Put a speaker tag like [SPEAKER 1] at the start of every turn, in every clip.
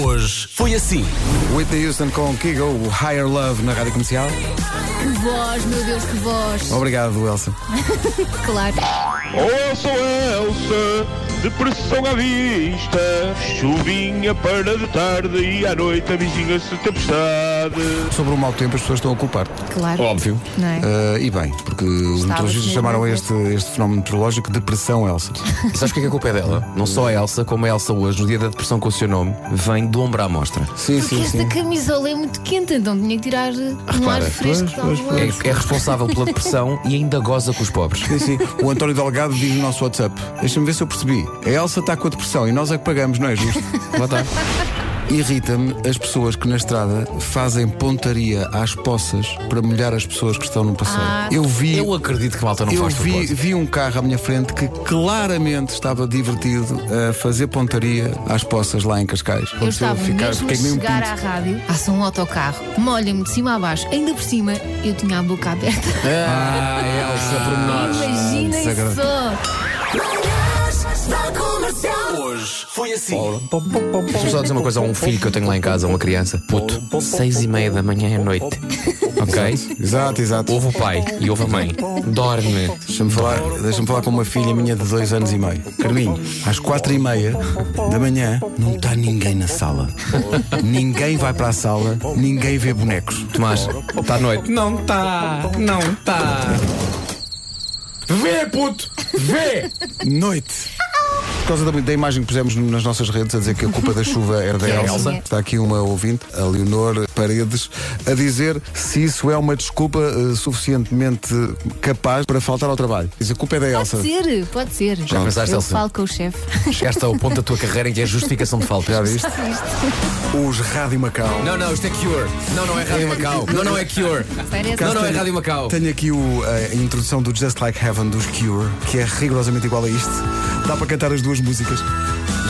[SPEAKER 1] Hoje foi assim.
[SPEAKER 2] Whitney Houston com Kigo, o Higher Love na rádio comercial.
[SPEAKER 3] Que voz, meu Deus, que voz.
[SPEAKER 2] Obrigado, Elsa.
[SPEAKER 3] Claro.
[SPEAKER 4] Ouçam Elsa, depressão à vista, chuvinha para de tarde e à noite a vizinha-se tempestade.
[SPEAKER 2] Sobre o mau tempo, as pessoas estão a culpar.
[SPEAKER 3] Claro.
[SPEAKER 1] Óbvio.
[SPEAKER 3] Não é?
[SPEAKER 2] Eh, e bem, porque os meteorologistas
[SPEAKER 3] mesmo
[SPEAKER 2] chamaram
[SPEAKER 3] a ver.
[SPEAKER 2] este, este fenómeno meteorológico de depressão, Elsa.
[SPEAKER 1] E sabes o que é que a culpa é dela? Não só a Elsa, como a Elsa hoje, no dia da depressão com o seu nome, vem do ombro à mostra.
[SPEAKER 2] Sim,
[SPEAKER 3] Porque esta camisola é muito quente, então tinha que tirar eh, um ar
[SPEAKER 1] Repara,
[SPEAKER 3] fresco
[SPEAKER 2] pois,
[SPEAKER 3] de
[SPEAKER 2] pois,
[SPEAKER 3] algum lado.
[SPEAKER 1] É, é responsável pela depressão e ainda goza com os pobres.
[SPEAKER 2] Sim, sim. O António Delgado diz no nosso WhatsApp: Deixa-me ver se eu percebi. A Elsa está com a depressão e nós é que pagamos, não é justo?
[SPEAKER 1] Boa tarde.
[SPEAKER 2] Irrita-me as pessoas que na estrada fazem pontaria às poças para molhar as pessoas que estão no passeio.
[SPEAKER 3] Ah.
[SPEAKER 2] eu vi.
[SPEAKER 1] Eu acredito que a malta não
[SPEAKER 2] eu
[SPEAKER 1] faz
[SPEAKER 2] vi,
[SPEAKER 1] propósito.
[SPEAKER 2] vi um carro à minha frente que claramente estava divertido a fazer pontaria às poças lá em Cascais.
[SPEAKER 3] Eu
[SPEAKER 2] Aconteceu
[SPEAKER 3] estava mesmo a
[SPEAKER 2] fiquei meio
[SPEAKER 3] chegar
[SPEAKER 2] pinto.
[SPEAKER 3] à rádio, passa um autocarro, molha-me de cima a baixo, ainda por cima eu tinha a boca aberta.
[SPEAKER 2] Ah,
[SPEAKER 1] É
[SPEAKER 2] Elsa, pormenores.
[SPEAKER 3] Imaginem
[SPEAKER 2] Ah, Desagradável.
[SPEAKER 3] só.
[SPEAKER 1] Deixa-me só dizer uma coisa a um filho que eu tenho lá em casa, uma criança. Puto, seis e meia da manhã à noite. Ok?
[SPEAKER 2] Exato, exato.
[SPEAKER 1] Ouve o pai e ouve a mãe. Dorme.
[SPEAKER 2] Deixa-me falar, deixa falar com uma filha minha de dois anos e meio. Carminho, às quatro e meia da manhã não está ninguém na sala. ninguém vai para a sala, ninguém vê bonecos.
[SPEAKER 1] Tomás, está à noite. Não está, não está. Vê, puto, vê!
[SPEAKER 2] Noite. Por causa da, da imagem que pusemos nas nossas redes a dizer que a culpa da chuva era da
[SPEAKER 3] É a
[SPEAKER 2] Elsa.
[SPEAKER 3] Elsa.
[SPEAKER 2] Está aqui uma ouvinte, a Leonor Paredes, a dizer se isso é uma desculpa eh, suficientemente capaz para faltar ao trabalho. Diz a culpa é da
[SPEAKER 3] Pode
[SPEAKER 2] Elsa.
[SPEAKER 3] ser, pode ser.
[SPEAKER 1] Já pensaste,
[SPEAKER 3] eu
[SPEAKER 1] Elsa?
[SPEAKER 3] falo com o chefe.
[SPEAKER 1] Chegaste ao ponto da tua carreira em que é justificação de falta.
[SPEAKER 2] Já viste? Os Rádio Macau.
[SPEAKER 1] Não, não, isto é Cure. Não, não é Rádio Macau. Não, não é Cure.
[SPEAKER 3] Parece
[SPEAKER 1] Não, não é
[SPEAKER 2] tenho-
[SPEAKER 1] Rádio Macau.
[SPEAKER 2] Tenho aqui o- eh, a introdução do Just Like Heaven dos Cure, que é rigorosamente igual a isto. Dá para cantar as duas músicas.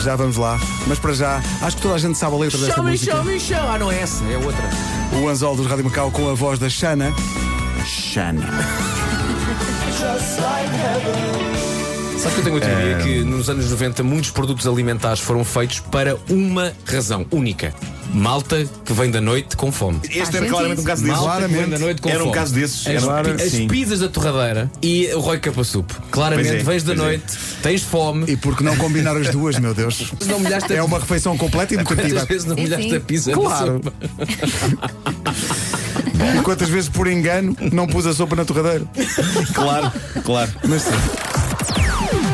[SPEAKER 2] Já vamos lá. Mas para já, acho que toda a gente sabe a letra desta música.
[SPEAKER 1] me show. Ah, não é essa, é outra.
[SPEAKER 2] O Anzol dos Rádio Macau com a voz da Xana. Xana.
[SPEAKER 1] Sabe que eu tenho a teoria
[SPEAKER 5] Ehm.
[SPEAKER 1] que nos anos 90 muitos produtos alimentares foram feitos para uma razão única. Malta que vem da noite com fome.
[SPEAKER 3] Faz
[SPEAKER 5] Este era
[SPEAKER 3] sentido.
[SPEAKER 5] claramente um caso desses.
[SPEAKER 1] Malta que vem
[SPEAKER 2] claramente,
[SPEAKER 1] da noite com
[SPEAKER 5] era um
[SPEAKER 1] fome.
[SPEAKER 5] caso desses.
[SPEAKER 1] As,
[SPEAKER 5] Era- um
[SPEAKER 1] pi- as
[SPEAKER 5] sim.
[SPEAKER 1] pizzas da torradeira e o Roy Capasup. Claramente
[SPEAKER 5] Pois é,
[SPEAKER 1] vens
[SPEAKER 5] pois
[SPEAKER 1] da
[SPEAKER 5] é.
[SPEAKER 1] noite, tens fome.
[SPEAKER 2] E por que não combinar as duas, meu Deus?
[SPEAKER 1] Não molhaste a-
[SPEAKER 2] É uma refeição completa e
[SPEAKER 1] Quantas
[SPEAKER 2] educativa.
[SPEAKER 1] vezes não
[SPEAKER 3] Sim,
[SPEAKER 1] molhaste
[SPEAKER 3] sim.
[SPEAKER 1] a pizza na
[SPEAKER 2] Claro.
[SPEAKER 1] sopa?
[SPEAKER 2] E quantas vezes, por engano, não pus a sopa na torradeira?
[SPEAKER 5] Claro, claro.
[SPEAKER 2] Mas sim.